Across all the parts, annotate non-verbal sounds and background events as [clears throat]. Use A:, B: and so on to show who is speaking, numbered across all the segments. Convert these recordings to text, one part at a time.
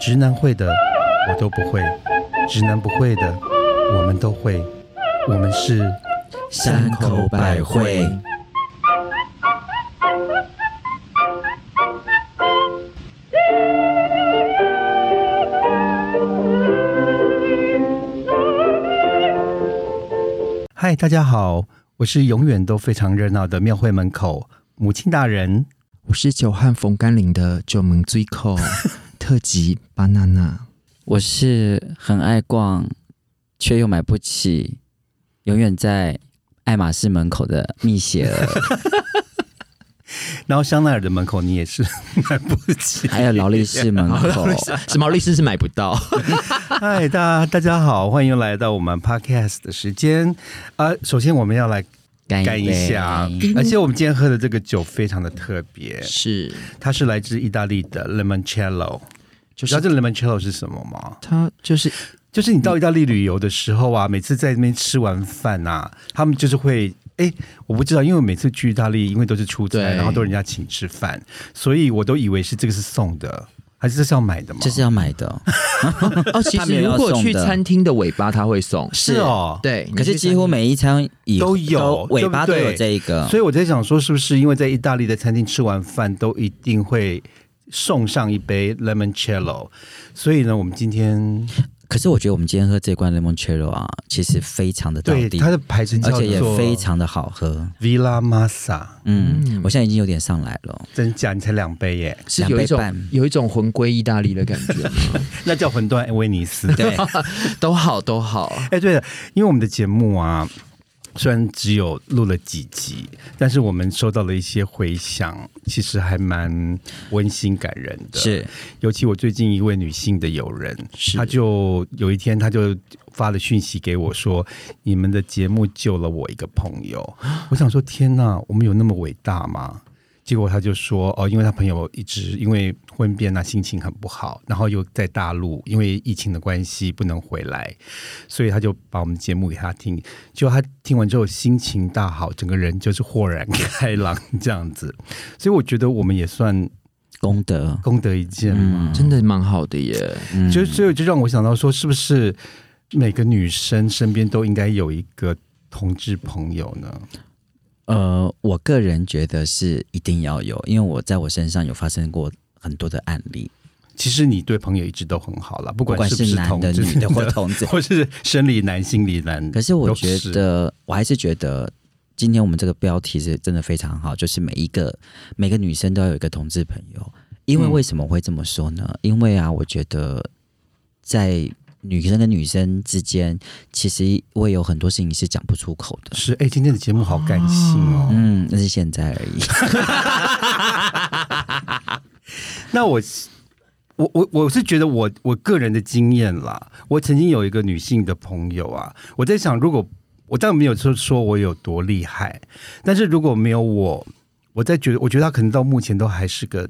A: 直男会的我都不会，直男不会的我们都会，我们是
B: 山口百惠。
A: 嗨，大家好，我是永远都非常热闹的庙会门口母亲大人。
B: 我是久旱逢甘霖的九门最 [laughs] 口特辑巴娜娜，
C: 我是很爱逛，却又买不起，永远在爱马仕门口的蜜
A: [laughs]
C: 雪儿，
A: 然后香奈儿的门口你也是 [laughs] 买不起。
C: 还有劳力士门口。
B: 什么律师是买不到。
A: 嗨，大大家好，欢迎来到我们 podcast 的时间。啊、首先我们要来
C: 干
A: 干一
C: 杯
B: 哎
A: 下，而且我们今天喝的这个酒非常的特别，
B: 是，
A: 它是来自意大利的 limoncello。
B: 就
A: 你知道
B: 是
A: 这 limoncello 是什么吗？
B: 他就是
A: 就是你到意大利旅游的时候啊，每次在那边吃完饭啊，他们就是会，哎，我不知道，因为我每次去意大利，因为都是出差，
B: 对
A: 然后都人家请吃饭，所以我都以为是这个是送的，还是这是要买的吗？
C: 这是要买的哦，
B: [laughs] 哦，其
C: 他没
B: 实
C: 有
B: 如
C: 要
B: 果
C: 送
B: 去
C: 的
B: 餐厅的尾巴他会送，
A: 是哦，
B: 对，
C: 可是几乎每一餐以
A: 都有
C: 尾巴
A: 对不
C: 都
A: 对
C: 有这一个
A: 所，以我在想说，是不是因为在意大利的餐厅吃完饭都一定会送上一杯 limoncello，所以呢，我们今天
C: 可是我觉得我们今天喝这罐 limoncello 啊，其实非常的到
A: 对
C: 地，
A: 它的牌子叫
C: 而
A: 做
C: 且也非常的好喝。
A: Villa Massa
C: 嗯，我现在已经有点上来了，
A: 真假，你才两杯耶，
B: 是有一
C: 两倍
B: 种
C: 半
B: 有一种魂归意大利的感觉，
A: 那叫魂断威尼斯。 [laughs]
C: 对，
B: [laughs] 都好都好，
A: 哎，对了，因为我们的节目啊，虽然只有录了几集，但是我们收到了一些回响，其实还蛮温馨感人的。，
C: 是
A: 尤其我最近一位女性的友人，
C: 是
A: 她就有一天，她就发了讯息给我说：“你们的节目救了我一个朋友。”我想说：“天哪，我们有那么伟大吗？”结果她就说：“哦，因为她朋友一直因为婚变啊，心情很不好，然后又在大陆，因为疫情的关系不能回来，所以她就把我们节目给她听。结果她听完之后心情大好，整个人就是豁然开朗这样子。所以我觉得我们也算
C: 功德，
A: 功德一件嘛。
B: 嗯真的蛮好的耶。
C: 嗯
A: 就所以就让我想到说，是不是每个女生身边都应该有一个同志朋友呢？
C: 呃，我个人觉得是一定要有，因为我在我身上有发生过很多的案例，
A: 其实你对朋友一直都很好啦，不
C: 不
A: 管
C: 管
A: 是不是
C: 男
A: 同
C: 的、
A: 志
C: 女
A: [laughs]
C: 的或同志。
A: 或是生理男、心理男，
C: 可是我觉
A: 都是
C: 得，我还是觉得今天我们这个标题是真的非常好，就是每一个每个女生都要有一个同志朋友。因为
A: 嗯
C: 为什么会这么说呢？因为啊，我觉得在女生跟女生之间，其实会有很多事情是讲不出口的。
A: 是哎、今天的节目好感性哦。
C: 嗯，那是现在而已。
A: 那我我我我是觉得我我个人的经验啦，我曾经有一个女性的朋友啊，我在想，如果我当然没有说说我有多厉害，但是如果没有我，我在觉得，我觉得她可能到目前都还是个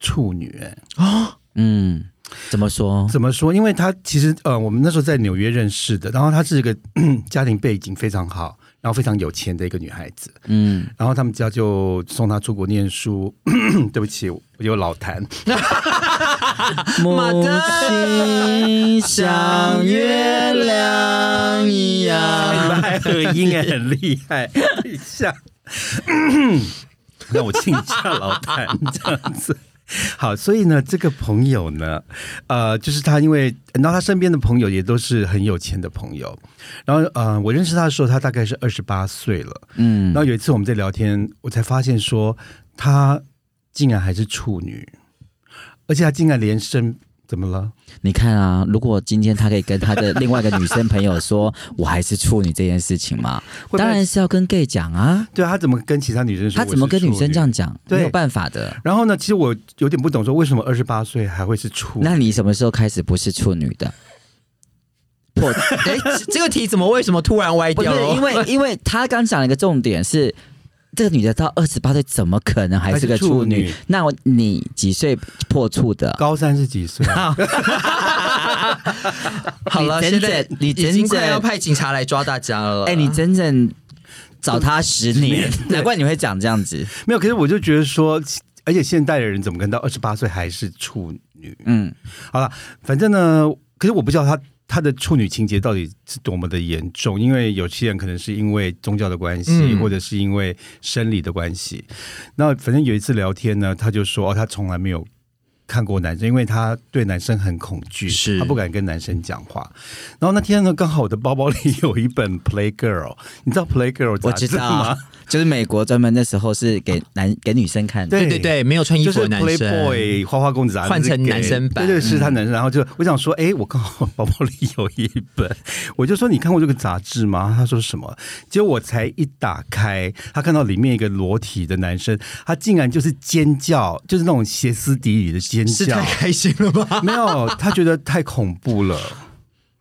A: 处女、哎
C: 嗯，怎么说？
A: 怎么说？因为她其实呃，我们那时候在纽约认识的，然后她是一个 [clears throat] 家庭背景非常好，然后非常有钱的一个女孩子，
C: 嗯，
A: 然后他们家就送她出国念书。 [clears throat] 对不起，我有老痰。
C: 母亲像月亮一样。
A: 还合音哎，很厉害，等一下，让我清一下老痰，这样子。好，所以呢，这个朋友呢，呃，就是他，因为然后他身边的朋友也都是很有钱的朋友，然后呃，我认识他的时候，他大概是二十八岁了，
C: 嗯
A: 然，后有一次我们在聊天，我才发现说他竟然还是处女，而且他竟然连身怎么了？
C: 你看啊，如果今天他可以跟他的另外一个女生朋友说“我还是处女”这件事情嘛，
A: 会不会
C: 当然是要跟 gay 讲啊。
A: 对啊，他怎么跟其他女生说？
C: 他怎么跟女生这
A: 样？
C: 样讲？
A: 对
C: 没有办法的。
A: 然后呢，其实我有点不懂，说为什么二十八岁还会是处女？
C: 那你什么时候开始不是处女的？破
B: 哎，这这个题怎么为什么突然歪
C: 不是
B: 掉了？
C: [laughs] 因为因为他刚讲了一个重点是，这个女的到二十八岁怎么可能还是个处
A: 还是处
C: 女
A: 女？
C: 那你几岁破处的？
A: 高三是几岁？
B: [laughs]
A: 啊
B: 好了，
C: 你
B: 现
C: 整
B: 在
C: 整你整
B: 已经快
C: 整
B: 要派警察来抓大家了。
C: 哎、你整整找他十年， [laughs] 难怪你会讲这样子。
A: 没有，可是我就觉得说，而且现代的人怎么可能到二十八岁还是处女？女。
C: 嗯，
A: 反正呢，可是我不知道他他的处女情节到底是多么的严重，因为有些人可能是因为宗教的关系，
B: 嗯
A: 或者是因为生理的关系。那反正有一次聊天呢，他就说哦，他从来没有。看过男生，因为他对男生很恐惧，
B: 是
A: 他不敢跟男生讲话。然后那天呢，刚好我的包包里有一本《Play Girl》，你知道《Play Girl》
C: 我
A: 杂
C: 知
A: 志吗
C: 道？，就是美国专门那时候是给男给女生看的，
A: 对
B: 对对对，没有穿衣
A: 就
B: 服
A: 是
B: 的男生，
A: Playboy 花花公子杂志
B: 换成
A: 给
B: 男生版
A: 对对是他男生。然后就我想说，哎，我刚好包包里有一本， [laughs] 我就说你看过这个杂志吗？他说什么？结果我才一打开，他看到里面一个裸体的男生，他竟然就是尖叫，就是那种歇斯底里的尖
B: 是
A: 叫
B: 太。开心了吧？
A: [laughs] 没有，他觉得太恐怖
B: [laughs]
A: 了，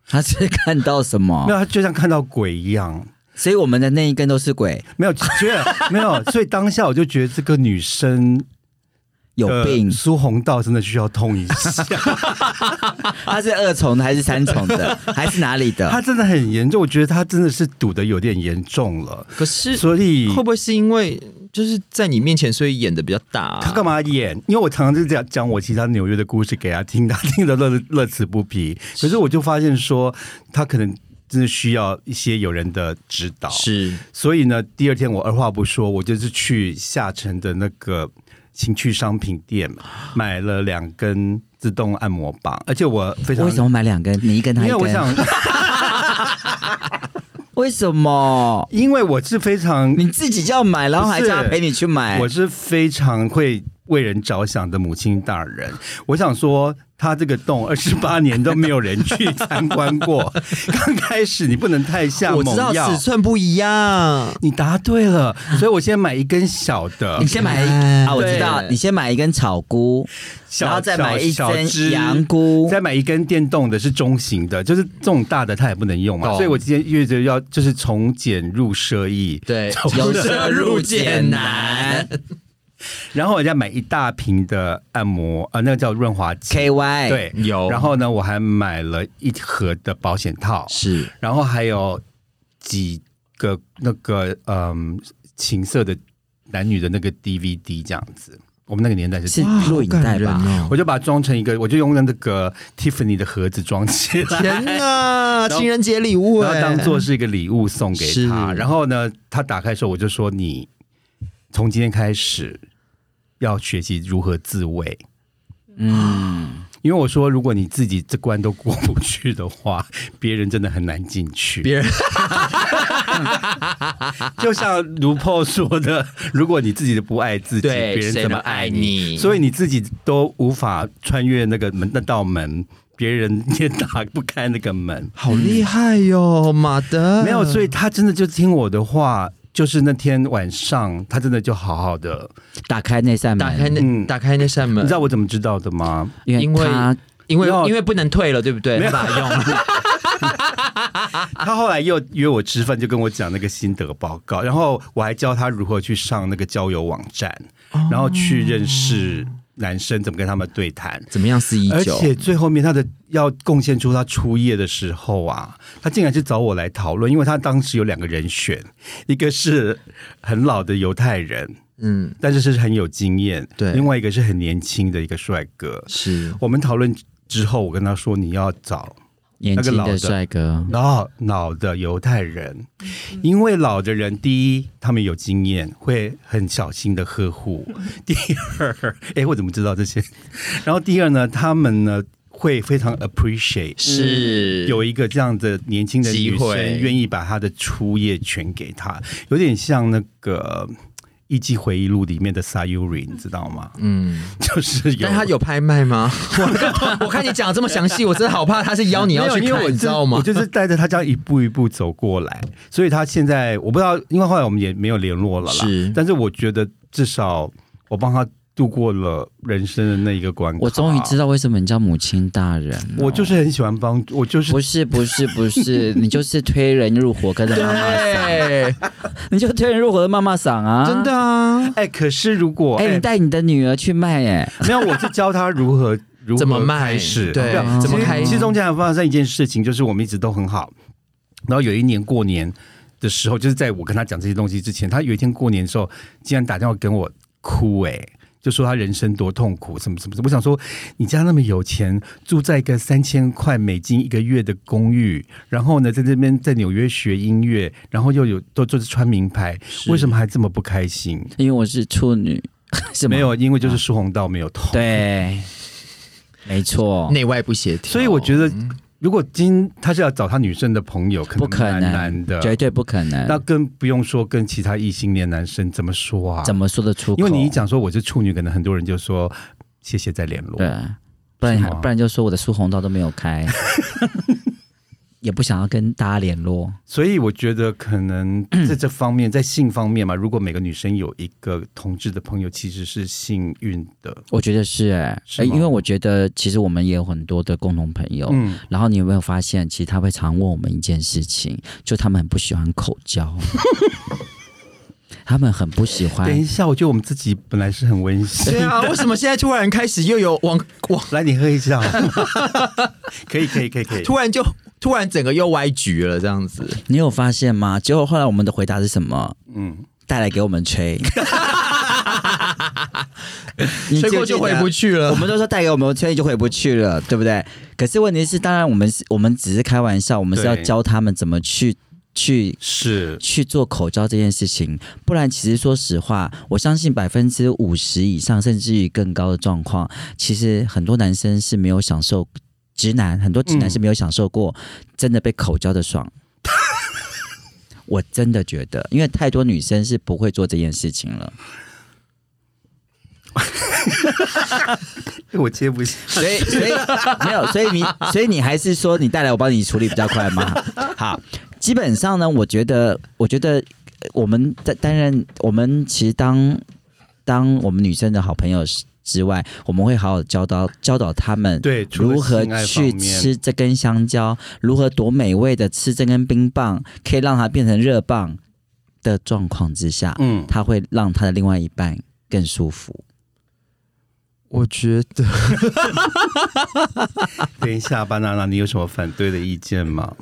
C: 他是看到什
A: 没
C: 么？
A: 有，他就像看到鬼一样，
C: 所以我们的那一根都是鬼，
A: 没有，觉得 [laughs] 没有，所以当下我就觉得这个女生
C: 有
A: 呃
C: 病。
A: 苏红道真的需要痛一下。
C: 他是二重的还是三
A: [laughs]
C: 重的，还是哪里的？
A: 他真的很严重，我觉得他真的是赌的有点严重了，
B: 可是
A: 所以
B: 会不会是因为就是在你面前，所以演的比较大啊、
A: 他干嘛演？因为我常常就讲讲我其他纽约的故事给他听，他听得乐乐此不疲。可是我就发现说，他可能真的需要一些有人的指导。
B: 是
A: 所以呢，第二天我二话不说，我就是去下城的那个情趣商品店买了两根自动按摩棒，而且我非常
C: 为什么买两根？你一根，他
A: 因
C: 一
A: 为
C: 根？
A: 我想，
C: 为什么？
A: 因为我是非
C: [laughs]
A: 常
C: 你自己要买，然后还
A: 不是
C: 叫他陪你去买
A: 我？是非常会为人着想的母亲大人。我想说，他这个洞二十八年都没有人去参观
C: [laughs]
A: 过。刚开始你不能太下
B: 我知
A: 猛
B: 道
A: 药
B: 尺。寸不一样，
A: 你答对了，所以我先买一根小的
C: [laughs] 你，先买一
B: 哎
C: 啊，我知
A: 对
C: 道，你先买一根草菇，
A: 小
C: 然后再买一
A: 小小
C: 根
A: 支
C: 羊菇。
A: 再买一根电动的，是中型的，就是这种大的它也不能用嘛。
B: 懂
A: 所以我今天越着要就是从简入奢易，
B: [laughs] 对
A: 从
C: 由
A: 奢
C: 奢入俭难
A: 然后人家买一大瓶的按摩，呃，那个叫润滑剂。
C: ，K Y，
A: 对，
B: 有
A: 然后呢，我还买了一盒的保险套，
B: 是
A: 然后还有几个那个嗯情色的男女的那个 DVD 这样子。我们那个年代是这
C: 是
A: 样，
C: 录影带吧？
A: 我就把它装成一个，我就用那个 Tiffany 的盒子装起来。
B: 天
A: [laughs]
B: 啊，
A: 后
B: 情人节礼物
A: 然后
B: 哎，
A: 当做是一个礼物送给
B: 是
A: 他。然后呢，他打开的时候，我就说：“你从今天开始要学习如何自慰。”嗯，因为我说，如果你自己这关都过不去的话，别人真的很难进去。
B: 别人
A: [laughs] 就像卢珀说的，如果你自己不爱自己，
B: 对
A: 别人怎
B: 谁
A: 么
B: 能爱
A: 爱
B: 你
A: 所以你自己都无法穿越那个门那道门，别人也打不开那个门。
B: 好厉害哟，马德
A: 没有，所以他真的就听我的话，就是那天晚上，他真的就好好的。
C: 打开那扇门，
B: 打开那
A: 嗯
B: 打开那扇
A: 你
B: 门
A: 知，道我怎么知道的吗？
C: 因
B: 因为
C: 为他
B: 因为
A: 要
B: 因为不能退了，对不对？
A: 没有
B: 没法
A: [laughs]
B: 用了，啊
A: 他后来又约我吃饭，就跟我讲那个心得报告，然后我还教他如何去上那个交友网站，
B: 哦
A: 然后去认识男生，怎么跟他们对谈。
B: 怎么样？四一
A: 而
B: 九，
A: 且最后面他的要贡献出他初夜的时候啊，他竟然是找我来讨论，因为他当时有两个人选，一个是很老的犹太人，
B: 嗯，
A: 但是是很有经验，
B: 对
A: 另外一个是很年轻的一个帅哥。
B: 是
A: 我们讨论之后，我跟他说你要找
C: 年轻
A: 那个老
C: 的
A: 的
C: 帅哥，
A: 老老的犹太人，因为老的人第一他们有经验，会很小心的呵护；
B: 嗯
A: 第二， [laughs] 哎，我怎么知道这些？然后第二呢，他们呢会非常 appreciate
B: 是
A: 嗯有一个这样的年轻的
B: 机
A: 女
B: 会
A: 生愿意把她的初夜全给他，有点像那个《一季回忆录》里面的 Sayuri，你知道吗？
B: 嗯，
A: [laughs] 就是有
B: 但他有拍卖吗？ [laughs] 我我看你讲得这么详细，我真的好怕他是邀你
A: 没
B: 要
A: 有
B: 去
A: 因为我
B: 看，你
A: 就
B: 知道吗
A: 我？就是带着他这样一步一步走过来，所以他现在我不知道，因为后来我们也没有联络了啦。
B: 是
A: 但是我觉得至少我帮他度过了人生的那一个关卡。
C: 我终于知
A: 道，
C: 道为什么你叫母亲大人了。
A: 我就是很喜欢帮，我就是
C: 不是不是
A: [laughs]
C: 不是，你就是推人入火跟着妈妈嗓，
B: 对，
C: [laughs] 你就推人入火的妈妈嗓啊！
B: 啊真的，啊，
A: 哎、可是如果
C: 哎、你带你的女儿去卖、哎，
A: 没有，我是教他如
B: [laughs]
A: 何如何
B: 怎么卖
A: 开始，
B: 对
A: 啊
B: 怎么
A: 其实
B: 开
A: 其实中间还发生一件事情，就是我们一直都很好，然后有一年过年的时候，就是在我跟他讲这些东西之前，他有一天过年的时候，竟然打电话跟我哭、哎，就说他人生多痛苦，什么什么什么。我想说，你家那么有钱，住在一个三千块美金一个月的公寓，然后呢，在这边在纽约学音乐，然后又有都就是穿名牌，为什么还这么不开心？
C: 因为我是处女， [laughs] 是吗
A: 没有，因为
B: 啊
A: 就是疏洪道没有通。，
C: 对，没错，
B: 内外不协调，
A: 所以我觉
B: [laughs]
A: 得，如果今他是要找他女生的朋友，可
C: 不可
A: 蛮
C: 能，
A: 难的。
C: 绝对不可能。
A: 那更不用说跟其他异性恋男生怎么说啊？
C: 怎么说得出口？
A: 因为你一讲说我是处女，可能很多人就说谢谢再联络。
C: 对，不然
A: 是吗
C: 不然就说我的苏红道都没有
A: [laughs]
C: 开，也不想要跟大家联络。
A: 所以我觉得可能在这方面，在性方面嘛，如果每个女生有一个同志的朋友，其实是幸运的。
C: 我觉得是哎、
A: 是吗
C: 因为我觉得其实我们也有很多的共同朋友。
A: 嗯，
C: 然后你有没有发现，其实他会常问我们一件事情，就他们很不喜欢口
A: [laughs]
C: 交，他们很不喜欢
A: 等一下，我觉得我们自己本来是很温
C: [laughs]
A: 馨
B: 对。啊，为什么现在突然开始又有往往，
A: 来，你喝一下， [laughs] 可以，可以，可以，可以。
B: 突然就突然整个又歪局了这样子？
C: 你有发现吗？结果后来我们的回答是什么？
A: 嗯，
C: 带来给我们
A: [laughs]
C: 吹，你
B: 吹过
C: 记
B: 就
C: 不记
B: 回
C: 得
B: 不 [laughs] 去
C: 我
B: 了。
C: 们都说带给我们吹就回不去了，对不对？可是问题是，当然我们是我们只是开玩笑，我们是要
A: 对
C: 教他们怎么去去 [laughs]
A: 是
C: 去做口罩这件事情，不然其实说实话，我相信百分之五十以上，甚至于更高的状况，其实很多男生是没有享受，直男很多直男
A: 嗯
C: 是没有享受过真的被口交的爽。我真的觉得，因为太多女生是不会做这件事情了。
A: 我接不下。
C: 所以，所
B: [laughs]
C: 以 [laughs] 没有，所以你，所以你还是说你带来我帮你处理比较快吗？好，基本上呢，我觉得，我觉得呃我们在担任我们其实当当我们女生的好朋友时之外，我们会好好教导教导他们。
A: 对，除了
C: 如何
A: 性爱方
C: 去
A: 面
C: 吃这根香蕉？如何多美味的吃这根冰棒，可以让它变成热棒的状况之下，
A: 嗯，
C: 它会让它的另外一半更舒服。
B: 我觉得
A: 等一下，巴娜娜，你有什么反对的意见吗？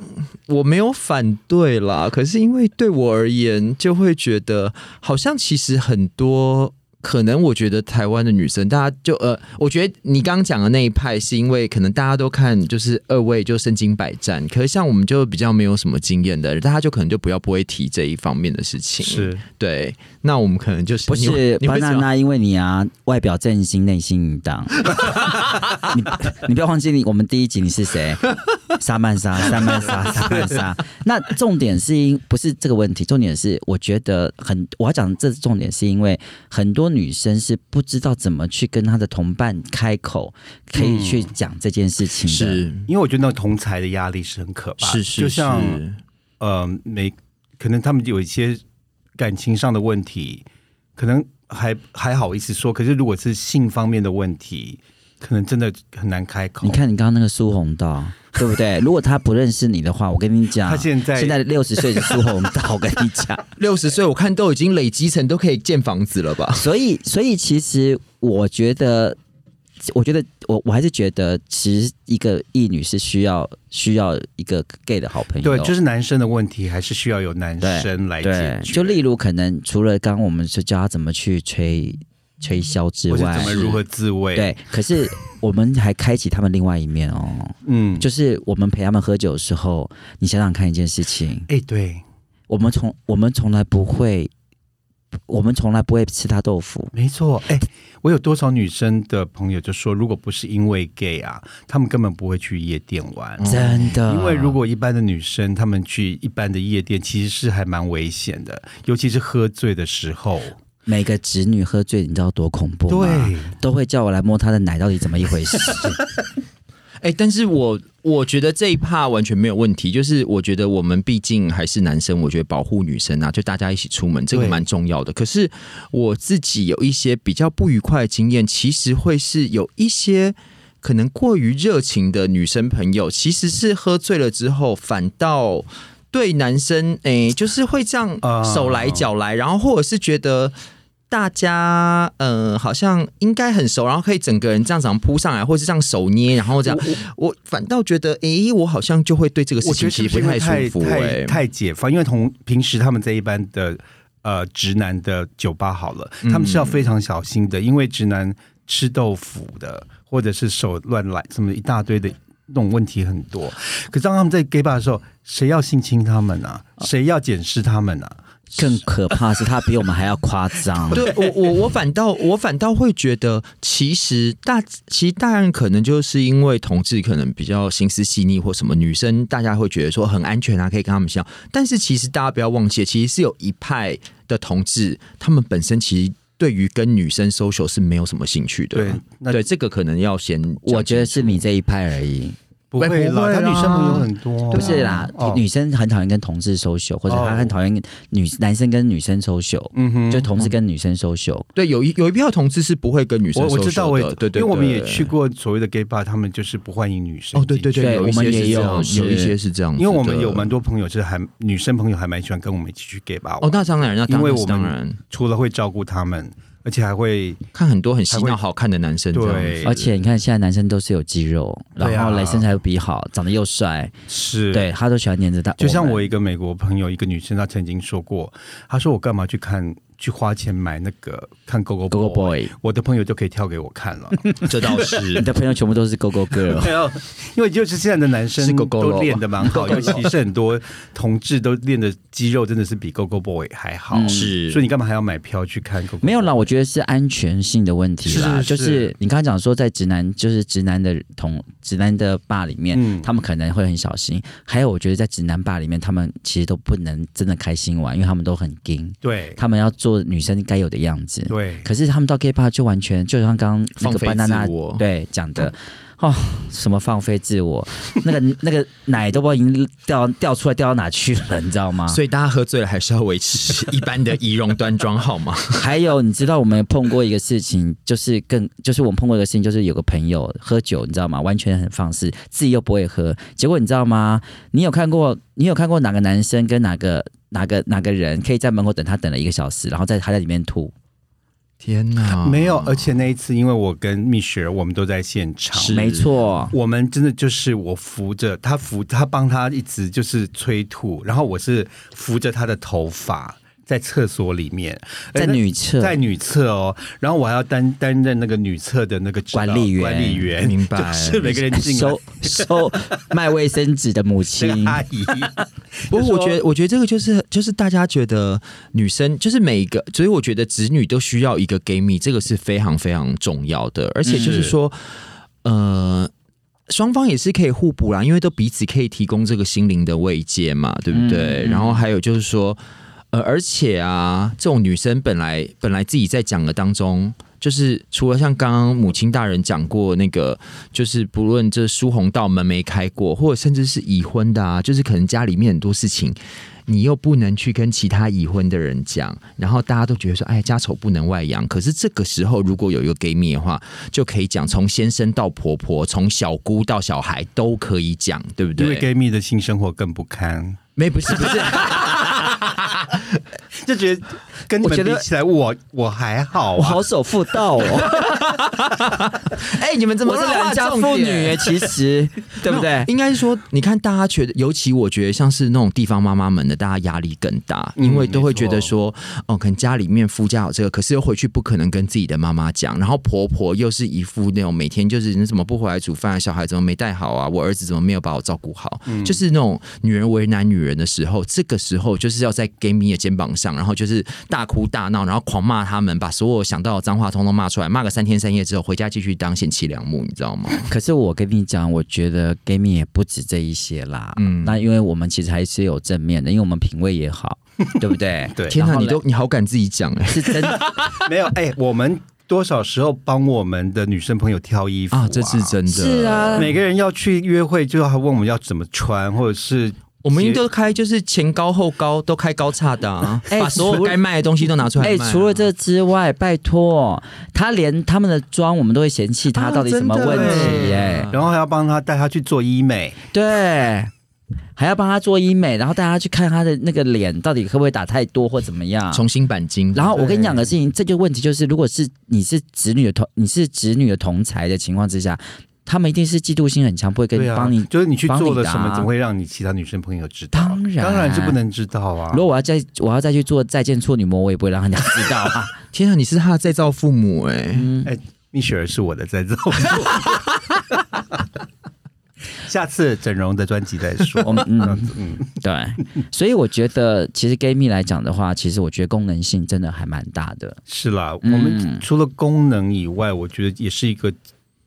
B: 我没有反对啦，可是因为对我而言，就会觉得好像其实很多。可能我觉得台湾的女生，大家就呃，我觉得你刚刚讲的那一派，是因为可能大家都看就是二位就身经百战，可是像我们就比较没有什么经验的，大家就可能就不要不会提这一方面的事情。
A: 是
B: 对，那我们可能就是
C: 不
B: 你会
C: 是
B: 你
C: 巴
B: 会怎
C: 娜
B: 么
C: 娜，因为你啊，外表正经，内心淫
B: [laughs]
C: 荡。你你不要忘记你，我们第一集你是谁？萨曼
B: [laughs]
C: 莎，萨曼莎，萨曼莎。那重点是因不是这个问题，重点是我觉得很，我要讲这重点是因为很多女生是不知道怎么去跟她的同伴开口，可以去讲这件事情的。
B: 嗯是
A: 因为我觉得那个同才的压力是很可怕的，
B: 是是，
A: 就像
B: 是
A: 呃，每可能他们有一些感情上的问题，可能还还好意思说，可是如果是性方面的问题，可能真的很难开口。
C: 你，看你刚刚那个苏红道，对不对？如果他不认识你的话，我跟你讲，
A: 他现在
C: 现在六十岁的苏红道，我跟你讲。
B: 六十岁，我看都已经累积成都可以建房子了吧？
C: 所以，所以其实我觉得，我觉得我我还是觉得，其实一个异女是需要需要一个 gay 的好朋友。
A: 对，就是男生的问题，还是需要有男
C: 对
A: 生来解
C: 对，
A: 决，
C: 就例如可能除了刚刚我们是教他怎么去吹吹箫之
A: 或是
C: 外
A: 怎，么如何自慰，
C: 对，可是我们还开启他们另外一面哦，
A: 嗯，
C: 就是我们陪他们喝酒的时候，你想想看一件事情，
A: 哎，对，
C: 我们从我们从来不会，我们从来不会吃他豆腐。
A: 没错，哎，我有多少女生的朋友就说，如果不是因为 gay 啊，他们根本不会去夜店玩。
C: 真的，
A: 哦因为如果一般的女生，她们去一般的夜店，其实是还蛮危险的，尤其是喝醉的时候。
C: 每个侄女喝醉，你知道多恐怖吗？
A: 对，
C: 都会叫我来摸她的奶，到底怎么一回事？
B: 哎、但是我我觉得这一趴完全没有问题，就是我觉得我们毕竟还是男生，我觉得保护女生啊，就大家一起出门，这个
A: 对
B: 蛮重要的。可是我自己有一些比较不愉快的经验，其实会是有一些。可能过于热情的女生朋友，其实是喝醉了之后，反倒对男生，哎、就是会这样
A: 啊
B: 手来脚来，然后或者是觉得大家，嗯、好像应该很熟，然后可以整个人这样子扑上来，或是这样手捏，然后这样，我反倒觉得，诶、我好像就会对这个事
A: 我觉
B: 情
A: 得是不
B: 其实
A: 是
B: 不
A: 因为
B: 太
A: 太
B: 舒服、
A: 太
B: 诶，
A: 太解放？因为同平时他们在一般的呃直男的酒吧好了，
B: 嗯
A: 他们是要非常小心的，因为直男吃豆腐的，或者是手乱来什么一大堆的。那种问题很多，可是当他们在 gay bar 的时候，谁要性侵他们啊？
B: 哦
A: 谁要检视他们啊？
C: 更可怕是他比我们还要夸
A: [laughs]
C: 张。
B: 对我我我反倒我反倒会觉得，其实大其实大人可能就是因为同志可能比较心思细腻或什么，女生大家会觉得说很安全啊，可以跟他们笑。但是其实大家不要忘记，其实是有一派的同志，他们本身其实。对于跟女生 social 是没有什么兴趣的，
A: 对那
B: 对这个可能要先讲清楚，
C: 我觉得是你这一派而已，
A: 不会
B: 不
A: 啦，
B: 会
A: 他女
B: 啦
A: 生朋友很多，
C: 不是啦。
A: 哦
C: 女生很讨厌跟同志 social，或者她
A: 哦
C: 很讨厌女男生跟女生 social，
A: 嗯哼
C: 就同志跟女生 social。
B: 对有一有一票同志是不会跟女生
A: 我我
B: social
A: 知道，我
B: 的
A: 也
B: 对对对，
A: 因为我们也去过所谓的 gay bar，他们就是不欢迎女生
B: 哦，对对
A: 进去
B: 对，
C: 对
B: 有一
C: 我们
B: 些
C: 也
B: 是这
C: 有
B: 样
C: 是
B: 有一些嗯是这样子的，
A: 因为我们有蛮多朋友是还女生朋友还蛮喜欢跟我们一起去 gay bar
B: 哦，
A: 玩，
B: 那当然，那当
A: 因为
B: 然
A: 我们
B: 当然
A: 除了会照顾他们，而且还会
B: 看很多很嬉
A: 还会
B: 闹好看的男生这样
A: 对
B: 子，
C: 而且你看，现在男生都是有肌肉，
A: 嗯对
C: 然
A: 啊
C: 后来身材又比好，长得又帅，
A: 是
C: 对他都喜欢黏着他。哦
A: 就像
C: 们
A: 我一个美国朋友，一个女生，她曾经说过，她说我干嘛去看去花钱买那个看 Go Go
C: Go Go Boy，
A: 我的朋友就可以跳给我看了，
B: 这
A: 哦 [laughs]
B: 倒
C: [laughs] 你
B: 是。
C: 的朋友全部都是 Go Go Girl，
A: 没有，因为就是现在的男生
B: 是 Go Go
A: 都
B: 咯
A: 练得蛮好，尤其是很多同志都练的肌肉真的是比 Go Go Boy 还好，
C: 嗯
B: 是
A: 所以你干嘛还要买票去看 Go Go？
C: 没有啦，我觉得是安全性的问题啦。
A: 是是
C: 就是你刚刚讲说，在直男就是直男的同直男的爸里面，
A: 嗯
C: 他们可能会很小心。还有，我觉得在直男爸里面，他们其实都不能真的开心玩，因为他们都很硬，
A: 对
C: 他们要做女生该有的样子。
A: 对，
C: 可是他们到 gay bar 就完全就像刚刚那
B: 放
C: 个
B: 飞
C: banana
B: 自我
C: 对讲
A: 嗯
C: 的。哦，什么放飞自我？那个那个奶都不知道已经掉掉出来掉到哪去了，你知道吗？
B: 所以大家喝醉了还是要
A: [laughs]
B: 维持一般的仪容端庄，好吗？ [laughs]
C: 还有，你知道我们碰过一个事情，就是更就是我们碰过一个事情，就是有个朋友喝酒，你知道吗？完全很放肆，自己又不会喝。结果你知道吗？你有看过你有看过哪个男生跟哪个哪个哪个人可以在门口等他等了一个小时，然后在他在里面吐？
B: 天
C: 啊
A: [laughs]
B: 哪，
A: 没有，而且那一次因为我跟蜜雪儿我们都在现场，
B: 是哎
C: 没错，
A: 我们真的就是我扶着他扶他帮他一直就是催吐，然后我是扶着他的头发在厕所里面，呃
C: 在
A: 而那
C: 女厕
A: 在女厕哦，然后我还要担担任那个女厕的那个指导
C: 管理员
A: 管理员
B: 明白
A: 就是每个人进来
C: 收收 [laughs] 卖卫生纸的母
A: 那
B: [laughs]
C: 亲
A: 个，阿
C: [laughs]
A: 姨，
B: 不过
A: 就说
B: 我觉得，我觉得这个就是就是大家觉得女生就是每一个，所以我觉得子女都需要一个 gay 蜜，这个是非常非常重要的，而且
A: 嗯
B: 就是说，呃。双方也是可以互补啦，因为都彼此可以提供这个心灵的慰藉嘛，对不对？然后还有就是说，呃，而且啊，这种女生本来本来自己在讲的当中，就是除了像刚刚母亲大人讲过那个，就是不论这书红到门没开过，或者甚至是已婚的啊，就是可能家里面很多事情，你又不能去跟其他已婚的人讲，然后大家都觉得说，哎，家丑不能外扬。可是这个时候，如果有一个 gay 蜜的话，就可以讲从先生到婆婆，从小姑到小孩都可以讲，对不
A: 因为
B: 对？
A: gay 蜜的性生活更不堪，
B: 没不是不是。
A: 就觉得跟你
C: 我
A: 们
C: 觉
A: 比
C: 得
A: 起来，我我还好
C: 我
A: 啊，
C: 好手妇道哦，
B: 哎、你们 [laughs] 怎么
C: 我是良家妇女 [laughs] 耶，其实对
B: [laughs]
C: 不对？
B: 应该说，你看大家觉得，尤其我觉得像是那种地方妈妈们的，大家压力更大，
A: 嗯
B: 因为都会觉得说，哦，可能家里面夫家有这个，可是又回去不可能跟自己的妈妈讲，然后婆婆又是一副那种每天就是你怎么不回来煮饭啊，小孩怎么没带好啊，我儿子怎么没有把我照顾好，就是那种女人为难女人的时候，这个时候就是要在 gay 米的肩膀上，然后就是大哭大闹，然后狂骂他们，把所有想到的脏话通通骂出来，骂个三天三夜之后，回家继续当贤妻良母，你知道吗？
C: 可是我跟你讲，我觉得 gay 蜜也不止这一些啦。嗯，那因为我们其实还是有正面的，因为我们品味也好，对不对？
A: 对
B: 天哪，
C: 然后
B: 你
C: 嘞
B: 都你好敢自己讲哎、
C: 是真的，
A: [laughs] 没有哎，我们多少时候帮我们的女生朋友挑衣服
B: 啊，这是真的。
C: 是，啊。
A: 每个人要去约会，就要问我们要怎么穿，或者是
B: 我们都开就是前高后高都开高叉的、啊，
C: 哎
B: 把所
C: 除
B: 有
C: 了
B: 该卖的东西都拿出来卖
C: 哎、
B: 啊、
C: 除了这之外，拜托，他连他们的妆我们都会嫌弃他，
B: 啊
C: 到底什么
B: 真的
C: 问题、
B: 哎
C: 哎，
A: 然后还要帮他带他去做医美，
C: 对，还要帮他做医美，然后带他去看他的那个脸到底可不可以打太多或怎么样。
B: 重新钣金，
C: 然后我跟你讲个事情，这个问题就是，如果是你是子女的同，你是子女的同才的情况之下，他们一定是嫉妒心很强，不会跟
A: 对啊，
C: 帮你。
A: 就是你去做了什
C: 帮
A: 么，
C: 你答
A: 怎么会让你其他女生朋友知道？啊
C: 当然
A: 当然是不能知道啊。
C: 如果我要再我要再去做再见处女膜，我也不会让人家知道
A: [laughs]
C: 啊。嗯
B: 天啊，你是他的再造父母哎、
A: 哎，蜜雪儿是我的在做， [laughs] 下次整容的专辑再说。
C: [laughs] 我们嗯对，所以我觉得其实 gay 蜜来讲的话，其实我觉得功能性真的还蛮大的。
A: 是啦，我
C: 嗯
A: 们除了功能以外，我觉得也是一个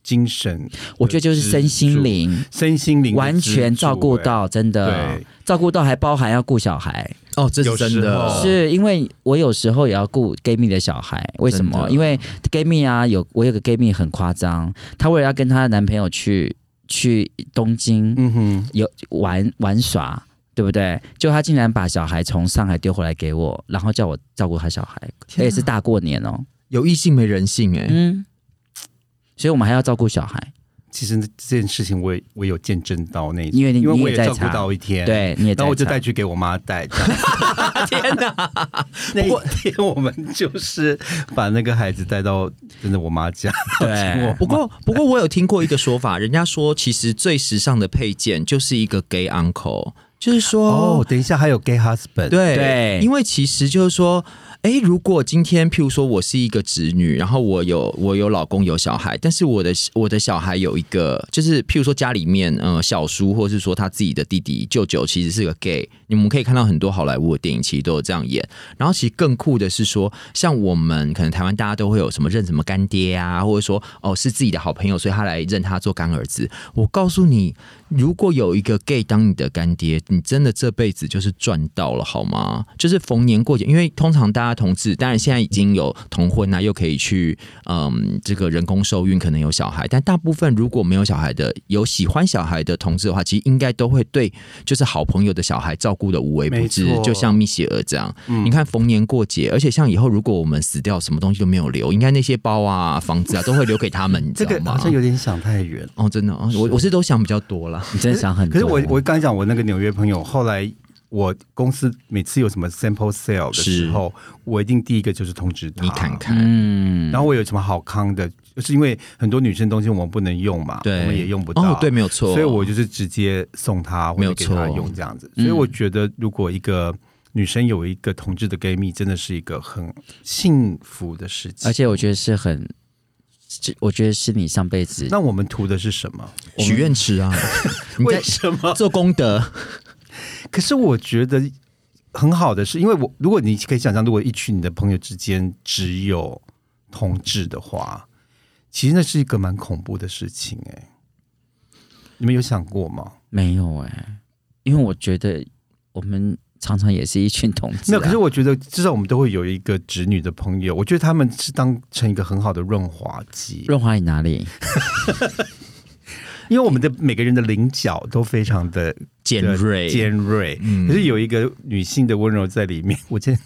A: 精神，
C: 我觉得就是身心灵
A: 身心灵的
C: 完全
A: 支柱
C: 照顾。到，真的
A: 对
C: 照顾到还包含要顾小孩，
B: 哦，这是
A: 有时
B: 真的，
A: 候哦
C: 是因为我有时候也要顾 gay 蜜的小孩，为什
B: 真
C: 么？
B: 的
C: 因为 gay 蜜啊，有我有个 gay 蜜很夸张，她为了要跟她的男朋友去去东京，
A: 嗯哼，
C: 有玩玩耍，对不对？就他竟然把小孩从上海丢回来给我，然后叫我照顾他小孩，而
B: 天啊
C: 且是大过年哦，
B: 有异性没人性
C: [laughs]
B: 哎、
C: 嗯，所以我们还要照顾小孩，
A: 其实这件事情我也我有见证到那一次，
C: 因为你
A: 因为
C: 你
A: 我
C: 也
A: 也
C: 在
A: 照顾
C: 查
A: 到一天，，
C: 对，你也在
A: 然
C: 场，
A: 后我就带去给我妈带。这样
C: [laughs]
B: 天哪，
A: 那一天我们就是把那个孩子带到真的我妈
C: [laughs]
A: 家， [laughs]
C: 对，
B: 不过，不过我有听过一个说法，人家说其实最时尚的配件就是一个 gay uncle，就是说
A: 哦，等一下还有 gay husband，，
B: 对
C: 对
B: 因为其实就是说，哎，如果今天譬如说我是一个侄女，然后我有我有老公有小孩，但是我的我的小孩有一个，就是譬如说家里面呃小叔，或是说他自己的弟弟舅舅，其实是个 gay。你们可以看到很多好莱坞的电影其实都有这样演。然后其实更酷的是说，像我们可能台湾大家都会有什么认什么干爹啊，或者说哦是自己的好朋友，所以他来认他做干儿子。我告诉你，如果有一个 gay 当你的干爹，你真的这辈子就是赚到了，好吗？就是逢年过节，因为通常大家同志，当然现在已经有同婚啊，又可以去嗯这个人工受孕，可能有小孩，但大部分如果没有小孩的，有喜欢小孩的同志的话，其实应该都会对就是好朋友的小孩照顾的无微不至
A: 没，错嗯
B: 就像蜜雪儿这样。你看逢年过节，而且像以后如果我们死掉，什么东西都没有留，应该那些包啊、房子啊都会留给他们，你知
A: [laughs] 这
B: 道
A: 个
B: 吗
A: 好？像有点想太远。
B: 哦，真的哦，我我是都想比较多了。
C: 你真的想很多。
A: 可是我我刚才讲我那个纽约朋友，后来我公司每次有什么 sample sale 的时候，我一定第一个就是通知他，
B: 你看看，
C: 嗯，
A: 然后我有什么好康的，就是因为很多女生东西我们不能用嘛，
B: 对，
A: 我们也用不到，
B: 哦，对，没有错。
A: 所以我就是直接送她或
B: 没有
A: 者给她
B: 错
A: 用这样子。所以我觉得，如果一个女生有一个同志的 gay 蜜，真的是一个很幸福的事情。
C: 而且我觉得是很，是我觉得是你上辈子
A: 那我们图的是什么？
B: 许愿池
A: [laughs]
B: 啊，你
A: 为
B: 在
A: 什么？
B: 做功德，
A: 可是我觉得很好的是，因为我如果你可以想象，如果一群你的朋友之间只有同志的话，其实那是一个蛮恐怖的事情哎、你们有想过吗？
C: 没有哎、因为我觉得我们常常也是一群同志、
A: 没有，
C: 啊，
A: 可是我觉得至少我们都会有一个侄女的朋友，我觉得他们是当成一个很好的润滑剂，
C: 润滑你哪里？
A: 因为我们的每个人的棱角都非常的
B: 尖锐，
A: 尖锐，
B: 嗯
A: 可是有一个女性的温柔在里面。我今天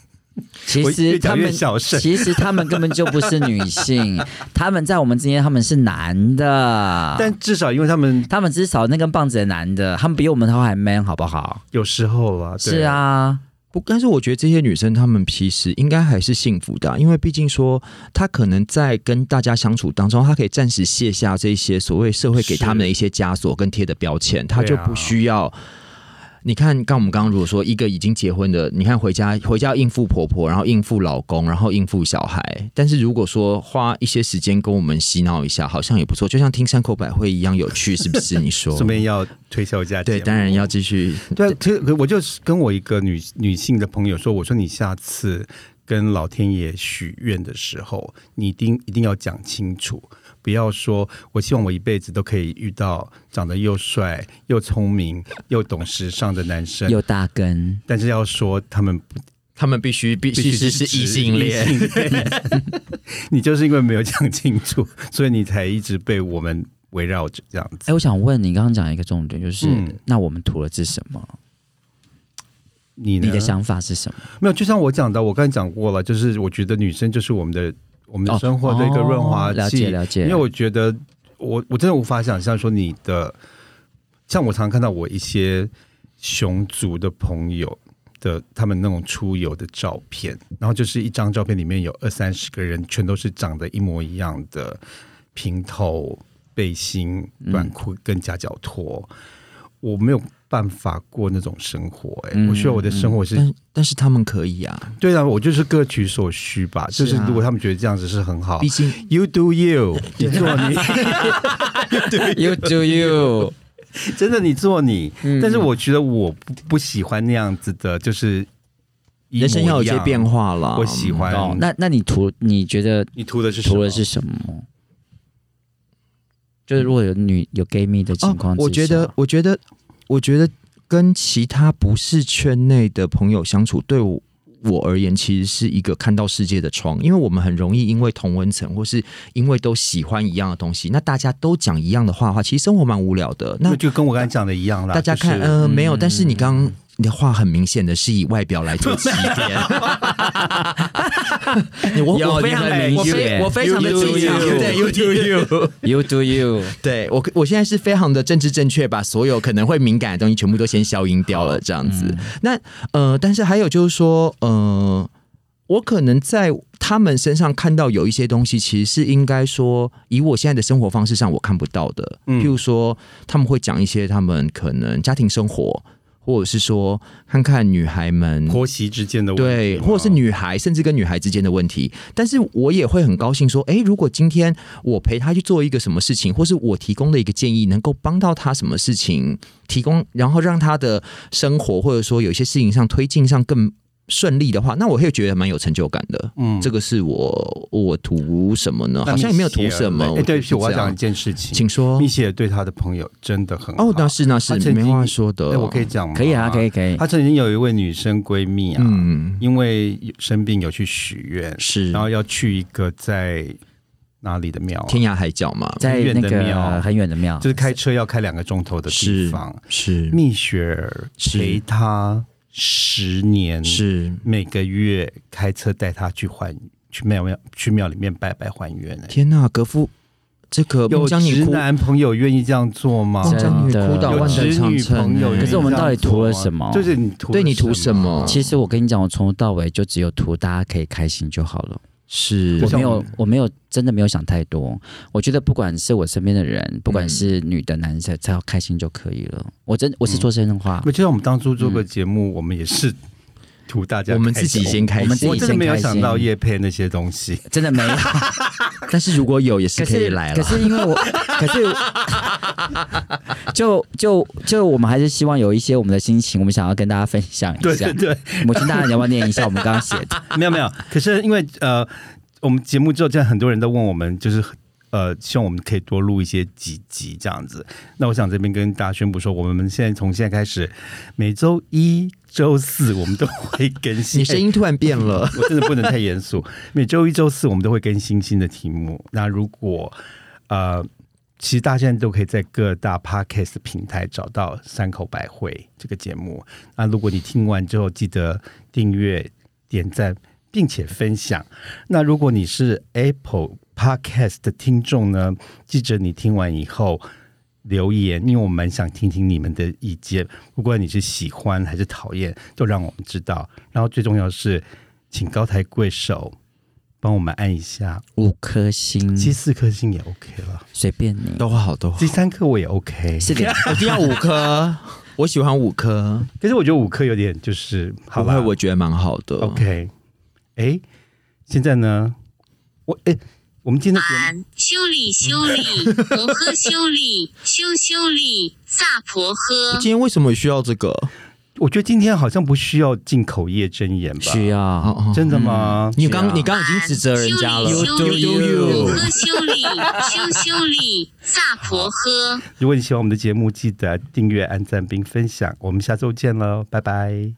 C: 其
A: 我
C: 实
A: 越
C: 他
A: 讲越
C: 们
A: 小声
C: 其实他们根本就不是女
A: [laughs]
C: 性，他们在我们之间他们是男
B: 啊
C: 的，
A: 但至少因为他们
C: 他们只是少那根棒子的男的，他们比我们都还 man 好不好？
A: 有时候啊，对
C: 是，啊，
B: 不，但是我觉得这些女生她们其实应该还是幸福的啊、因为毕竟说她可能在跟大家相处当中，她可以暂时卸下这些所谓社会给她们的一些枷锁跟贴的标签，她就
A: 对啊
B: 不需要。你看，刚我们刚刚如果说一个已经结婚的，你看回家回家要应付婆婆，然后应付老公，然后应付小孩，但是如果说花一些时间跟我们洗脑一下，好像也不错，就像听山口百惠一样有趣，是不是？你说
A: [laughs] 顺便要推销一下节目。
B: 对，当然要继续
A: 对啊，其实我就是跟我一个女女性的朋友说，我说你下次跟老天爷许愿的时候，你一定一定要讲清楚，不要说我希望我一辈子都可以遇到长得又帅又聪明又懂时尚的男生，
C: 有大根，
A: 但是要说他们
B: 他们必须必
A: 必
B: 须
A: 须
B: 是是异
A: 直
B: 性恋。
A: 异性恋 [laughs] 你就是因为没有讲清楚，所以你才一直被我们围绕着这样子。
C: 哎，我想问你，刚刚讲一个重点，就是、
A: 嗯
C: 那我们图的是什么？
A: 你呢
C: 你的想法是什么？
A: 没有，就像我讲的，我刚才讲过了，就是我觉得女生就是我们的我们的
C: 哦
A: 生活的一个润滑
C: 哦了
A: 剂，
C: 解了解，
A: 因为我觉得我我真的无法想象说你的，像我常看到我一些熊族的朋友的他们那种出游的照片，然后就是一张照片里面有二三十个人，全都是长得一模一样的平头。背心、短裤跟夹脚拖，我没有办法过那种生活、欸。哎、
C: 嗯
A: 我需要我的生活是、
B: 但但是他们可以啊，
A: 对啊，我就是各取所需吧。就是是
B: 啊
A: 如果他们觉得这样子是很好
B: 毕
A: [laughs]
B: 竟
A: ，You do
B: [laughs]
A: you，你做你，
B: You do you，
A: 真的你做你。
B: 嗯
A: [laughs] 但是我觉得我不不喜欢那样子的，就是一模一样
B: 人生要有一些变。化了。嗯
A: 我喜欢
C: 哦，那那你涂你觉得
A: 你涂的是什么
C: 涂的是什么？就是如果有女有 gay 蜜的情况
B: 哦
C: 之下、，
B: 我觉得，我觉得，我觉得跟其他不是圈内的朋友相处，对我。我而言，其实是一个看到世界的窗，因为我们很容易因为同温层，或是因为都喜欢一样的东西，那大家都讲一样的话的话，其实生活蛮无聊的。那
A: 那就跟我刚才讲的一样啦。
B: 大家看，
A: 就是
B: 呃，没有，但是你刚刚你的话很明显的是以外表来做起点。你我
C: 有
B: 我非常
C: 你很明
B: 我非
C: 显
B: 我非常的
A: You do
B: 正常
A: you
B: 对，you do you，
C: you do you，
B: [laughs] 对我我现在是非常的政治正确，把所有可能会敏感的东西全部都先消音掉了，这样子。那呃，但是还有就是说，呃，我可能在他们身上看到有一些东西，其实是应该说，以我现在的生活方式上我看不到的。
A: 嗯
B: 譬如说，他们会讲一些他们可能家庭生活，或者是说看看女孩们
A: 婆媳之间的问题
B: 对，
A: 嘛
B: 或者是女孩，甚至跟女孩之间的问题。但是我也会很高兴说，诶，如果今天我陪她去做一个什么事情，或是我提供的一个建议能够帮到她什么事情，提供然后让她的生活或者说有一些事情上推进上更顺利的话，那我会觉得蛮有成就感的。
A: 嗯
B: 这
A: 个
B: 个是我我图什么呢？好像也没有图什么。
A: 哎，对不起，
B: 就
A: 我要
B: 这样
A: 讲一，件事情。
B: 请说
A: 蜜。雪儿对她的朋友真的很好
B: 哦，那是那是
A: 她曾
B: 没
A: 经
B: 话说的。
A: 哎，我可以讲吗？
C: 可以啊，可以。可以，
A: 她曾经有一位女生闺蜜啊，
B: 嗯，
A: 因为生病有去许愿，
B: 是
A: 然后要去一个在哪里的庙啊、
B: 天涯海角嘛，
C: 在那
A: 很远的庙
C: 个很远的庙，
A: 就是开车要开两个钟头的地
B: 是
A: 方。
B: 是
A: 蜜雪儿
B: 是
A: 陪她十年，
B: 是
A: 每个月开车带她去还去庙庙去庙里面拜拜还愿、哎
B: 天呐，格夫，这个
A: 有
B: 孟姜女
A: 直
B: 哭，
A: 男朋友愿意这样做吗？
B: 孟姜女
C: 真
B: 哭
C: 的
B: 到
A: 有
B: 万
A: 直
B: 载长
A: 女
B: 城
A: 朋友
B: 欸。
A: 愿意这样做吗，
C: 可是我们到底图了什么
A: 就是你图了
B: 对你图什
A: 啊
B: 么？
C: 其实我跟你讲，我从头到尾就只有图大家可以开心就好了。
B: 是
C: 我
A: 像
C: 没
A: 我
C: 有
A: 们，
C: 我没有，真的没有想太多。我觉得不管是我身边的人，不管是
A: 嗯
C: 女的、男的，只要开心就可以了。我真我是说真
B: 啊
C: 话
A: 那，就像我们当初做个节目，我们也是 [laughs] 图大家
B: 嗯我们
A: 开
B: 自己
A: 心
B: 先开
C: 我们自
B: 心
C: 己
A: 我，真的
C: 先
A: 没有
C: 开
A: 想
C: 心
A: 到叶配那些东西，
C: 真的没有。
B: 但是如果有也是
C: 可
B: 可以
C: 是
B: 来
C: 可
B: 了。
C: 是因
A: [laughs]
C: 为我，可是就就就我们还是希望有一些我们的心情，我们想要跟大家分享一
A: 对
C: 下
A: 对。对，
C: 母亲大人，你要不要念一下我们刚刚写
A: [laughs]
C: 的？
A: 没有没有。可是因为呃，我们节目之后，现在很多人都问我们，就是呃，希望我们可以多录一些几集这样子。那我想这边跟大家宣布说，我们现在从现在开始，每周一、周四我们都会更新。
B: 你声音突然变了，
A: [laughs] 我真的不能太严肃。每周一、周四我们都会更新新的题目。那如果呃，其实大家现在都可以在各大 podcast 平台找到《山口百惠》这个节目。那如果你听完之后，记得订阅、点赞，并且分享。那如果你是 Apple Podcast 的听众呢，记着你听完以后。留言，因为我们想听听你们的意见，不管你是喜欢还是讨厌，都让我们知道。然后最重要的是，请高抬贵手，帮我们按一下，
C: 五颗
B: 嗯
C: 星，
A: 其实四颗星也 OK 了，
C: 随便你。
B: 都好都好
A: 第，三颗我也 OK，
C: 是的，
B: 一定要五颗。我喜欢五颗，
A: 可是我觉得五颗有点就是好
B: 不
A: 吧
B: 会，我呃觉得蛮好的。
A: OK。哎，现在呢，我哎，我们今天的节目
D: 俺修理修理，摩诃修理，修修理，萨婆诃。
B: 今天为什么需要这个？
A: 我觉得今天好像不需要进口业真言吧？
C: 需要。
B: 哦哦
A: 真的吗？
B: 你刚你刚已经指责人家了。
D: 修理
C: You
D: 修
C: do
D: 理，
C: you
D: 摩诃修理，修修理，萨婆诃。
A: 如果你喜欢我们的节目，记得订阅、按赞并分享。我们下周见喽，拜拜。